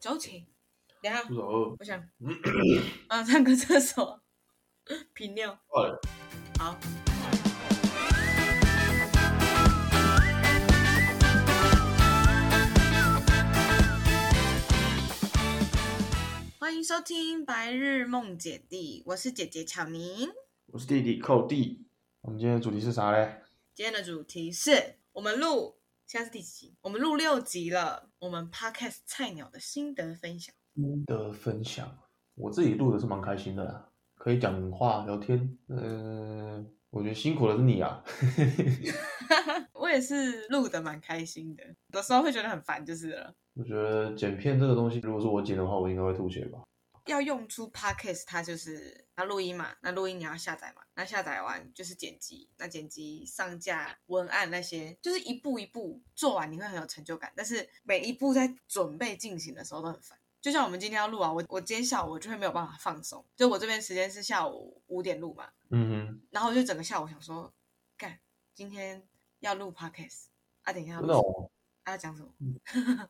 矫情。等一下，不走，我想，啊，上个厕所， 频尿。饿了，好。欢迎收听《白日梦姐弟》，我是姐姐巧宁。我是弟弟寇弟。我们今天的主题是啥嘞？今天的主题是我们录，现在是第几集？我们录六集了。我们 podcast 菜鸟的心得分享。心得分享。我自己录的是蛮开心的啦，可以讲话聊天。嗯、我觉得辛苦的是你啊。我也是录的蛮开心的，有时候会觉得很烦，就是了。我觉得剪片这个东西，如果是我剪的话，我应该会吐血吧。要用出 podcast，它就是要录音嘛，那录音你要下载嘛，那下载完就是剪辑，那剪辑上架文案那些，就是一步一步做完，你会很有成就感。但是每一步在准备进行的时候都很烦。就像我们今天要录啊，我我今天下午我就会没有办法放松，就我这边时间是下午五点录嘛，嗯然后我就整个下午想说，干，今天要录 podcast 啊，等一下要哼，录真什么的哦。啊要讲什么？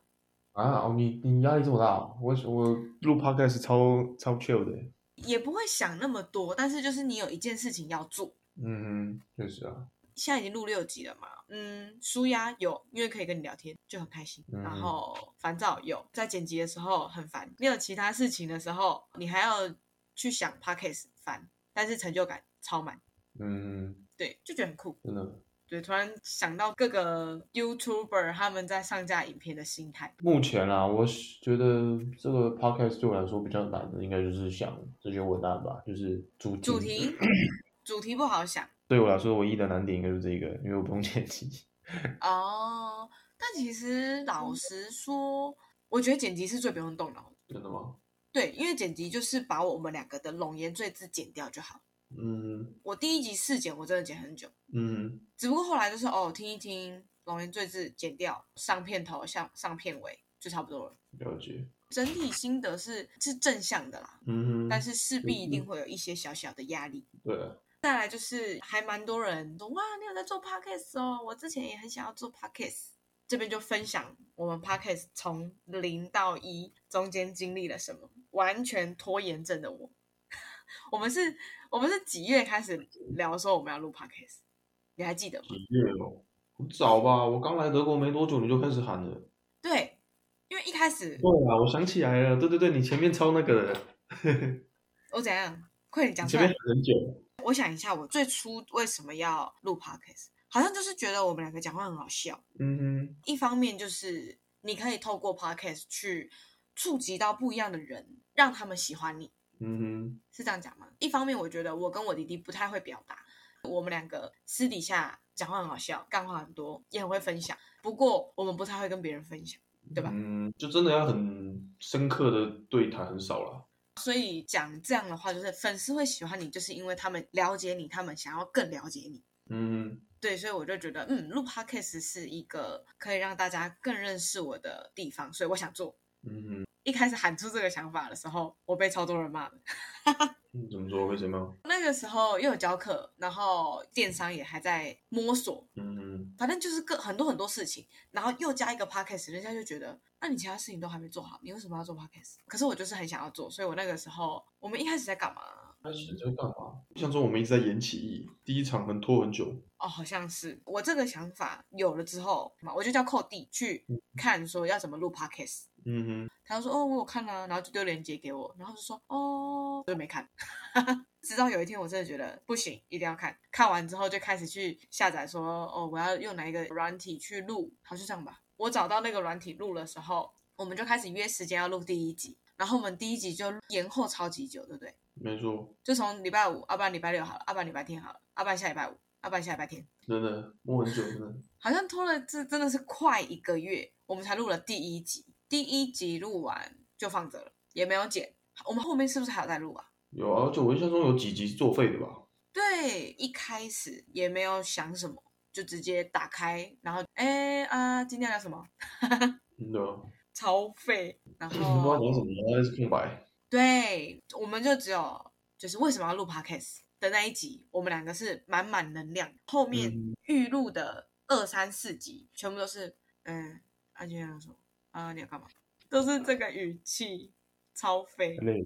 啊，哦，你你压力这么大哦、我我录 podcast 超超 chill 的。也不会想那么多，但是就是你有一件事情要做。嗯哼，确实啊。现在已经录六集了嘛，嗯，舒压有，因为可以跟你聊天，就很开心。嗯然后烦躁有，在剪辑的时候很烦，没有其他事情的时候，你还要去想 podcast 烦，但是成就感超满，嗯对，就觉得很酷。哼，真的。对，突然想到各个 YouTuber 他们在上架影片的心态，目前啊，我是觉得这个 podcast 对我来说比较难的，应该就是想这些文案吧，就是主题。主题嗯主题不好想对我来说唯一的难点应该就是这个，因为我不用剪辑。哦。但其实老实说，我觉得剪辑是最不用动脑的。真的吗？对，因为剪辑就是把我们两个的冗言赘字剪掉就好。嗯我第一集试剪，我真的剪很久，嗯只不过后来就是哦，听一听冗言赘字剪掉，上片头上上片尾就差不多了。了解。整体心得是是正向的啦，嗯哼，但是势必一定会有一些小小的压力。对啊，再来就是还蛮多人说哇，你有在做 podcast 哦，我之前也很想要做 podcast。这边就分享我们 podcast 从零到一中间经历了什么，完全拖延症的我。 我们是，我们是几月开始聊说我们要录 podcast？你还记得吗？几月哦？很早吧，我刚来德国没多久你就开始喊了。对，因为一开始对啊，我想起来了，对对对，你前面超那个的，我怎样，快点你讲出前面来喊。很久。我想一下，我最初为什么要录 podcast？好像就是觉得我们两个讲话很好笑，嗯一方面就是你可以透过 podcast 去触及到不一样的人，让他们喜欢你，哼，嗯是这样讲吗？一方面，我觉得我跟我弟弟不太会表达，我们两个私底下讲话很好笑，干话很多，也很会分享，不过我们不太会跟别人分享，哼，对吧嗯，就真的要很深刻的对谈，很少啦。所以讲这样的话，就是粉丝会喜欢你，就是因为他们了解你，他们想要更了解你。嗯对，所以我就觉得，嗯，录 podcast 是一个可以让大家更认识我的地方，所以我想做。嗯哼。一开始喊出这个想法的时候，我被超多人骂的。嗯怎么说？为什么？那个时候又有教课，然后电商也还在摸索，嗯，反正就是各很多很多事情，然后又加一个 podcast，人家就觉得，那你其他事情都还没做好，你为什么要做 podcast？可是我就是很想要做，所以我那个时候，我们一开始在干嘛？开始在干嘛？像说我们一直在演起，第一场能拖很久。哦，好像是我这个想法有了之后，嘛，我就叫寇弟去看说要怎么录 podcast。嗯哼，他就说：“哦，我有看啦、然后就丢链接给我，然后就说：“哦，我就没看。” 直到有一天，我真的觉得不行，一定要看。看完之后就开始去下载，说：“哦，我要用哪一个软体去录？”好，就这样吧。我找到那个软体录的时候，我们就开始约时间要录第一集，然后我们第一集就延后超级久，对不对？没错，就从礼拜五，啊要、不然礼拜六好了，要、不然礼拜天好了，要、不然下礼拜五，要、不然下礼拜天，真的摸很久，真的。好像拖了这真的是快一个月，我们才录了第一集。第一集录完就放着了，也没有剪。我们后面是不是还有在录啊？有啊，而且我印象中有几集是作废的吧？对，一开始也没有想什么，就直接打开，然后哎啊，今天要聊什么？真的哦啊，超废。然不知 道后讲什么，那是空白。对，我们就只有就是为什么要录 podcast 的那一集，我们两个是满满能量。后面嗯预录的二三四集全部都是嗯，啊今天要聊什么啊？你要干嘛？都是这个语气，超废。累。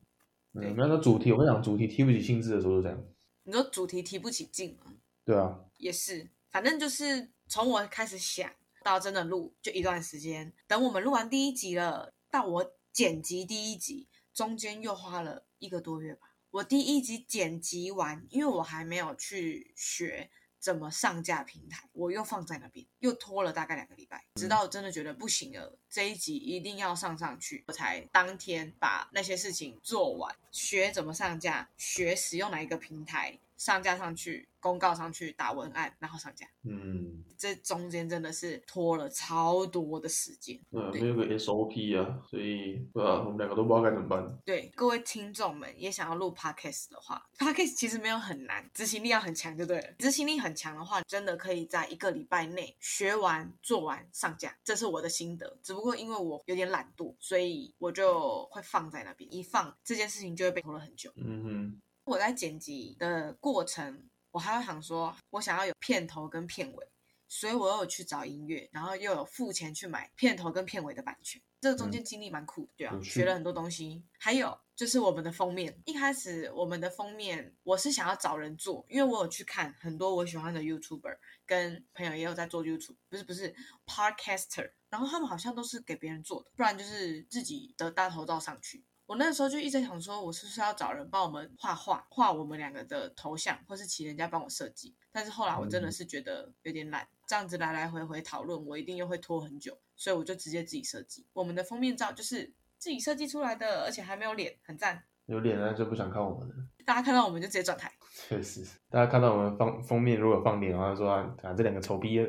嗯，那个主题，我跟你讲，主题提不起兴致的时候就这样。你说主题提不起劲吗？对啊，也是，反正就是从我开始想到真的录，就一段时间。等我们录完第一集了，到我剪辑第一集，中间又花了一个多月吧。我第一集剪辑完，因为我还没有去学怎么上架平台，我又放在那边，又拖了大概两个礼拜，直到我真的觉得不行了，这一集一定要上上去，我才当天把那些事情做完，学怎么上架，学使用哪一个平台，上架上去，公告上去，打文案，然后上架。嗯，这中间真的是拖了超多的时间。对啊，对没有个 SOP 啊，所以对啊，我们两个都不知道该怎么办。对各位听众们，也想要录 podcast 的话，podcast 其实没有很难，执行力要很强就对了。执行力很强的话，真的可以在一个礼拜内学完、做完、上架，这是我的心得。只不过因为我有点懒惰，所以我就会放在那边，一放这件事情就会被拖了很久。嗯哼，我在剪辑的过程，我还要想说，我想要有片头跟片尾，所以我又有去找音乐，然后又有付钱去买片头跟片尾的版权。这个中间经历蛮酷的，对啊嗯有，趣学了很多东西。还有就是我们的封面，一开始我们的封面我是想要找人做，因为我有去看很多我喜欢的 YouTuber，跟朋友也有在做 YouTube，不是不是 Podcaster，然后他们好像都是给别人做的，不然就是自己的大头照上去。我那时候就一直在想说，我是不是要找人帮我们画画，画我们两个的头像，或是请人家帮我设计？但是后来我真的嗯是觉得有点懒，这样子来来回回讨论，我一定又会拖很久，所以我就直接自己设计。我们的封面照就是自己设计出来的，而且还没有脸，很赞。有脸啊就不想看我们了。大家看到我们就直接转台，确实，大家看到我们放封面，如果放脸的话，说啊，啊这两个丑逼，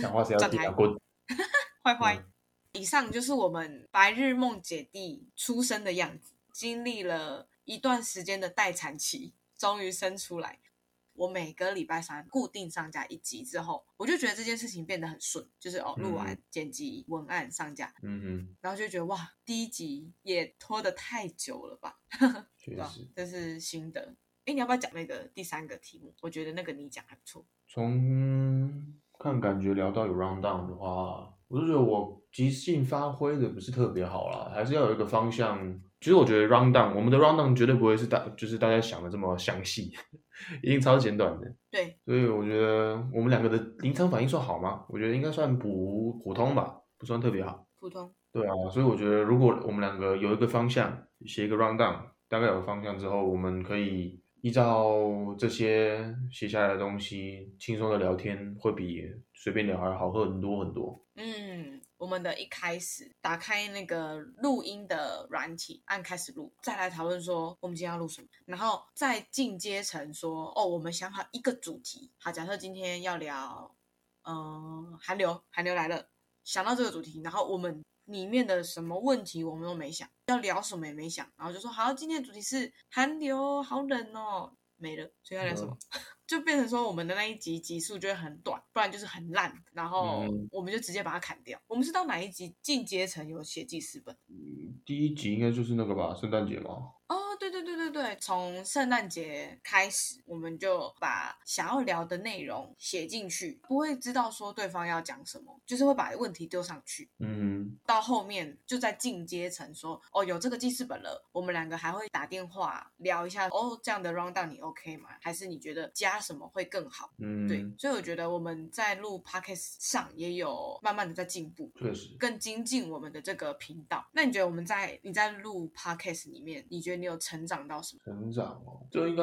讲话谁要听站啊？台滚！坏坏。嗯以上就是我们白日梦姐弟出生的样子，经历了一段时间的待产期，终于生出来。我每个礼拜三固定上架一集之后，我就觉得这件事情变得很顺，就是哦，录完嗯剪辑、文案上架，嗯哼，然后就觉得哇，第一集也拖得太久了吧，确对啊吧实，？这是心得。哎，你要不要讲那个第三个题目？我觉得那个你讲还不错。从看感觉聊到有 round down 的话，我就觉得我即兴发挥的不是特别好啦，还是要有一个方向。其实我觉得 round down，我们的 round down 绝对不会是大，就是大家想的这么详细， 一定超简短的。对，所以我觉得我们两个的临场反应算好吗？我觉得应该算普普通吧，不算特别好。普通对啊，所以我觉得如果我们两个有一个方向，写一个 round down，大概有个方向之后，我们可以依照这些写下来的东西，轻松的聊天，会比随便聊还好喝很多很多。嗯，我们的一开始打开那个录音的软体，按开始录，再来讨论说我们今天要录什么，然后再进阶成说哦，我们想好一个主题，好，假设今天要聊，嗯、韩流，韩流来了，想到这个主题，然后我们里面的什么问题我们都没想，要聊什么也没想，然后就说好，今天的主题是韩流，好冷哦，没了，所以要聊什么？就变成说我们的那一集集数就会很短，不然就是很烂，然后嗯我们就直接把它砍掉。我们是到哪一集进阶层有写记事本？第一集应该就是那个吧，圣诞节嘛。哦，对对对对对，从圣诞节开始，我们就把想要聊的内容写进去，不会知道说对方要讲什么，就是会把问题丢上去。嗯，到后面就在进阶层说，哦，有这个记事本了，我们两个还会打电话聊一下，哦，这样的 round down 你 OK 吗？还是你觉得加什么会更好？嗯，对，，所以我觉得我们在录 podcast 上也有慢慢的在进步，确实。更精进我们的这个频道。那你觉得我们在你在录 podcast 里面，你觉得你有成长到什么？成长哦，这应该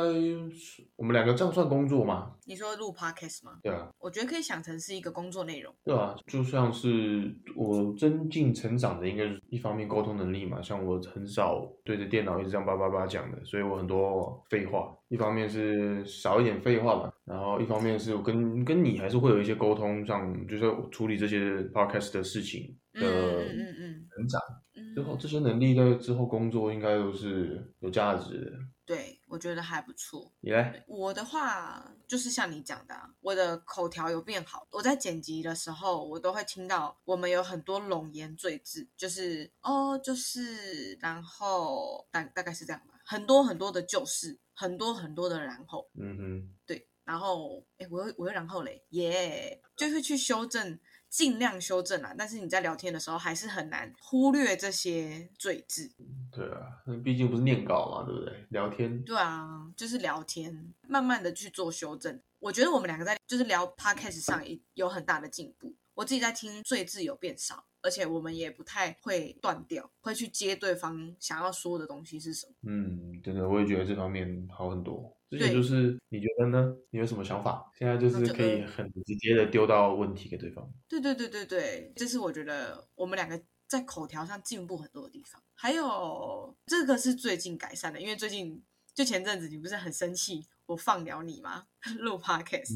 是我们两个这样算工作嘛？你说录 podcast 吗？对啊，我觉得可以想成是一个工作内容。对啊，就像是我增进成长的，应该是一方面沟通能力嘛，像我很少对着电脑一直这样叭叭叭讲的，所以我很多废话。一方面是少一点废话吧，然后一方面是我跟跟你还是会有一些沟通上，就是我处理这些 podcast 的事情的嗯嗯嗯嗯成长。嗯，之后这些能力在之后工作应该都是有价值的。对我觉得还不错。你来，我的话就是像你讲的啊、我的口条有变好。我在剪辑的时候，我都会听到我们有很多冗言赘字，就是哦，就是，然后大大概是这样吧，很多很多的就是，很多很多的然后，嗯哼，对，然后哎，诶我又我又然后嘞，耶、就是去修正尽量修正啦，但是你在聊天的时候还是很难忽略这些罪字。对啊，那毕竟不是念稿嘛，对不对？聊天，对啊，就是聊天，慢慢的去做修正。我觉得我们两个在就是聊 podcast 上也有很大的进步。我自己在听，罪字有变少，而且我们也不太会断掉，会去接对方想要说的东西是什么。嗯，真的，我也觉得这方面好很多。之前对就是你觉得呢？你有什么想法？现在就那是就可以呃很直接的丢到问题给对方。对对对对对，这是我觉得我们两个在口条上进步很多的地方。还有这个是最近改善的，因为最近就前阵子你不是很生气我放鸟你吗？ 录 podcast，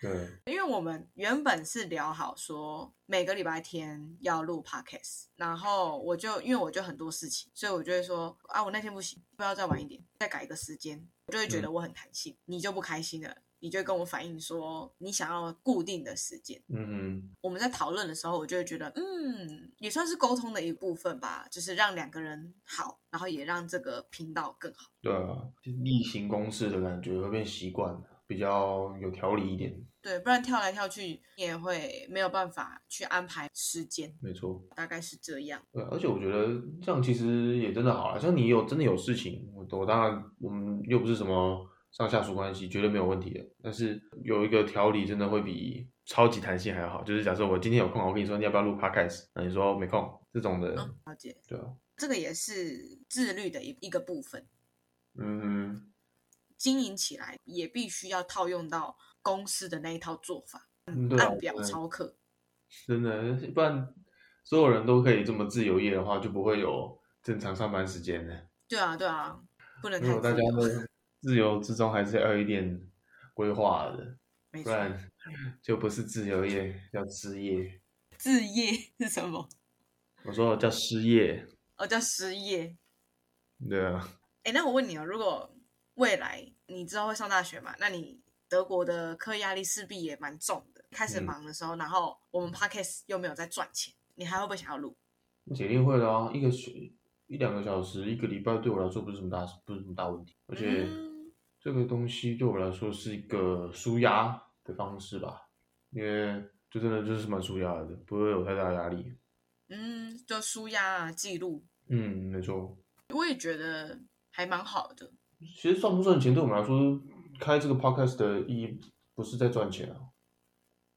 对，因为我们原本是聊好说每个礼拜天要录 podcast，然后我就因为我就很多事情，所以我就会说啊，我那天不行，不要再晚一点，再改一个时间，我就会觉得我很弹性，你就不开心了，你就会跟我反映说你想要固定的时间。嗯哼，我们在讨论的时候，我就会觉得，嗯，也算是沟通的一部分吧，就是让两个人好，然后也让这个频道更好。对啊，例行公事的感觉会变习惯，比较有条理一点。对，不然跳来跳去，你也会没有办法去安排时间，没错，大概是这样。对啊，而且我觉得这样其实也真的好了。像你有真的有事情，我我当然我们又不是什么上下属关系，绝对没有问题的。但是有一个条理，真的会比超级弹性还要好。就是假设我今天有空，我跟你说你要不要录 podcast，那你说没空，这种的，嗯，了解，对啊，这个也是自律的一一个部分，嗯哼，经营起来也必须要套用到公司的那一套做法，嗯对啊，按表对操课。真的，不然所有人都可以这么自由业的话，就不会有正常上班时间了。对啊，对啊，不能如太果大自家由。的自由之中还是要有一点规划的，没不错，然就不是自由业，叫失业。置业是什么？我说我叫失业，哦，叫失业。对啊，哎，那我问你哦，如果未来你之后会上大学嘛？那你德国的课业压力势必也蛮重的。开始嗯忙的时候，然后我们 podcast 又没有在赚钱，你还会不会想要录？铁定会的啊，一个小一两个小时，一个礼拜对我来说不是什么大事，不是什么大问题，而且嗯这个东西对我来说是一个舒压的方式吧，因为就真的就是蛮舒压的，不会有太大的压力。嗯，就舒压啊，记录，嗯，没错。我也觉得还蛮好的。其实赚不赚钱对我们来说，开这个 podcast 的意义不是在赚钱啊，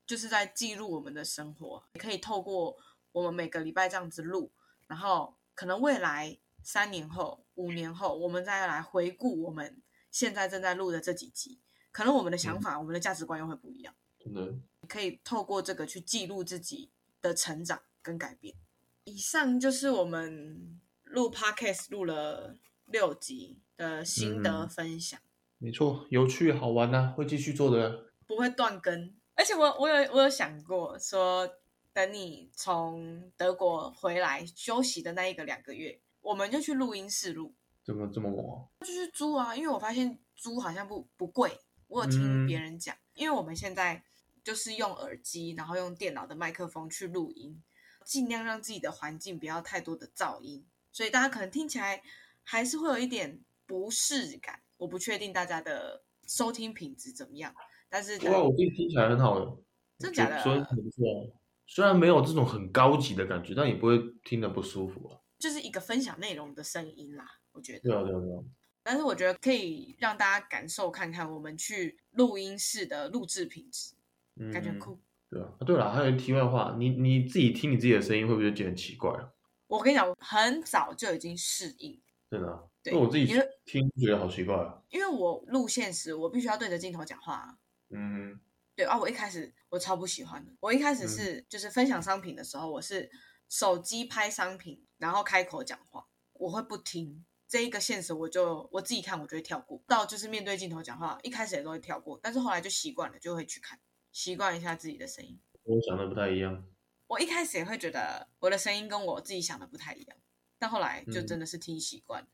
就是在记录我们的生活，可以透过我们每个礼拜这样子录，然后可能未来三年后、五年后，我们再来回顾我们现在正在录的这几集，可能我们的想法、我们的价值观又会不一样。真的。可以透过这个去记录自己的成长跟改变。以上就是我们录 podcast 录了六集的心得嗯分享，没错，有趣好玩呐、会继续做的。啊不会断更。而且我我有我有想过说，等你从德国回来休息的那一个两个月，我们就去录音室录，怎么这么猛啊？就是租啊，因为我发现租好像不不贵，我有听嗯别人讲，因为我们现在就是用耳机，然后用电脑的麦克风去录音，尽量让自己的环境不要太多的噪音，所以大家可能听起来还是会有一点不适感。我不确定大家的收听品质怎么样，但是对啊，我自己听起来很好诶，真假的所以很不错啊。虽然没有这种很高级的感觉，但也不会听得不舒服啊。就是一个分享内容的声音啦，我觉得。对啊，对啊，对啊，但是我觉得可以让大家感受看看我们去录音室的录制品质，嗯，感觉很酷。。对啊，啊对了，还有一个题外话，你你自己听你自己的声音，会不会觉得很奇怪啊？我跟你讲，我很早就已经适应，真的、啊，对因为我自己因为听觉得好奇怪啊。因为我录现实，我必须要对着镜头讲话啊。嗯，对啊，我一开始我超不喜欢的，我一开始嗯是、就是分享商品的时候，我是手机拍商品，然后开口讲话，我会不听这一个现实，我就我自己看我就会跳过，到就是面对镜头讲话，一开始也都会跳过，但是后来就习惯了，就会去看，习惯一下自己的声音。跟我想的不太一样。我一开始也会觉得我的声音跟我自己想的不太一样，但后来就嗯真的是听习惯了，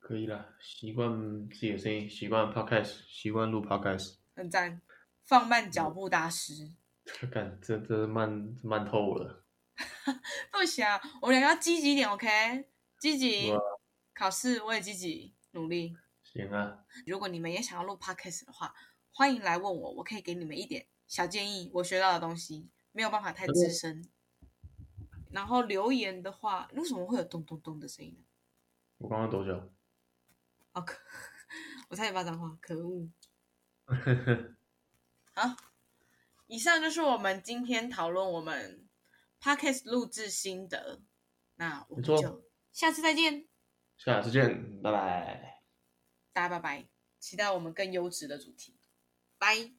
可以啦，习惯自己的声音，习惯 podcast，习惯录 podcast。 很赞，放慢嗯脚步大师。看，这这是慢慢透了。不行啊，我们两个要积极一点，OK？积极哇，考试我也积极努力。行啊，如果你们也想要录 podcast 的话，欢迎来问我，我可以给你们一点小建议，我学到的东西。没有办法太资深。然后留言的话，为什么会有咚咚咚的声音呢？我刚刚多久？啊可， 我差点骂脏话，可恶！ 好，以上就是我们今天讨论我们 podcast 录制心得。那我们没错就下次再见，下次见，拜拜。大家拜拜，期待我们更优质的主题，拜。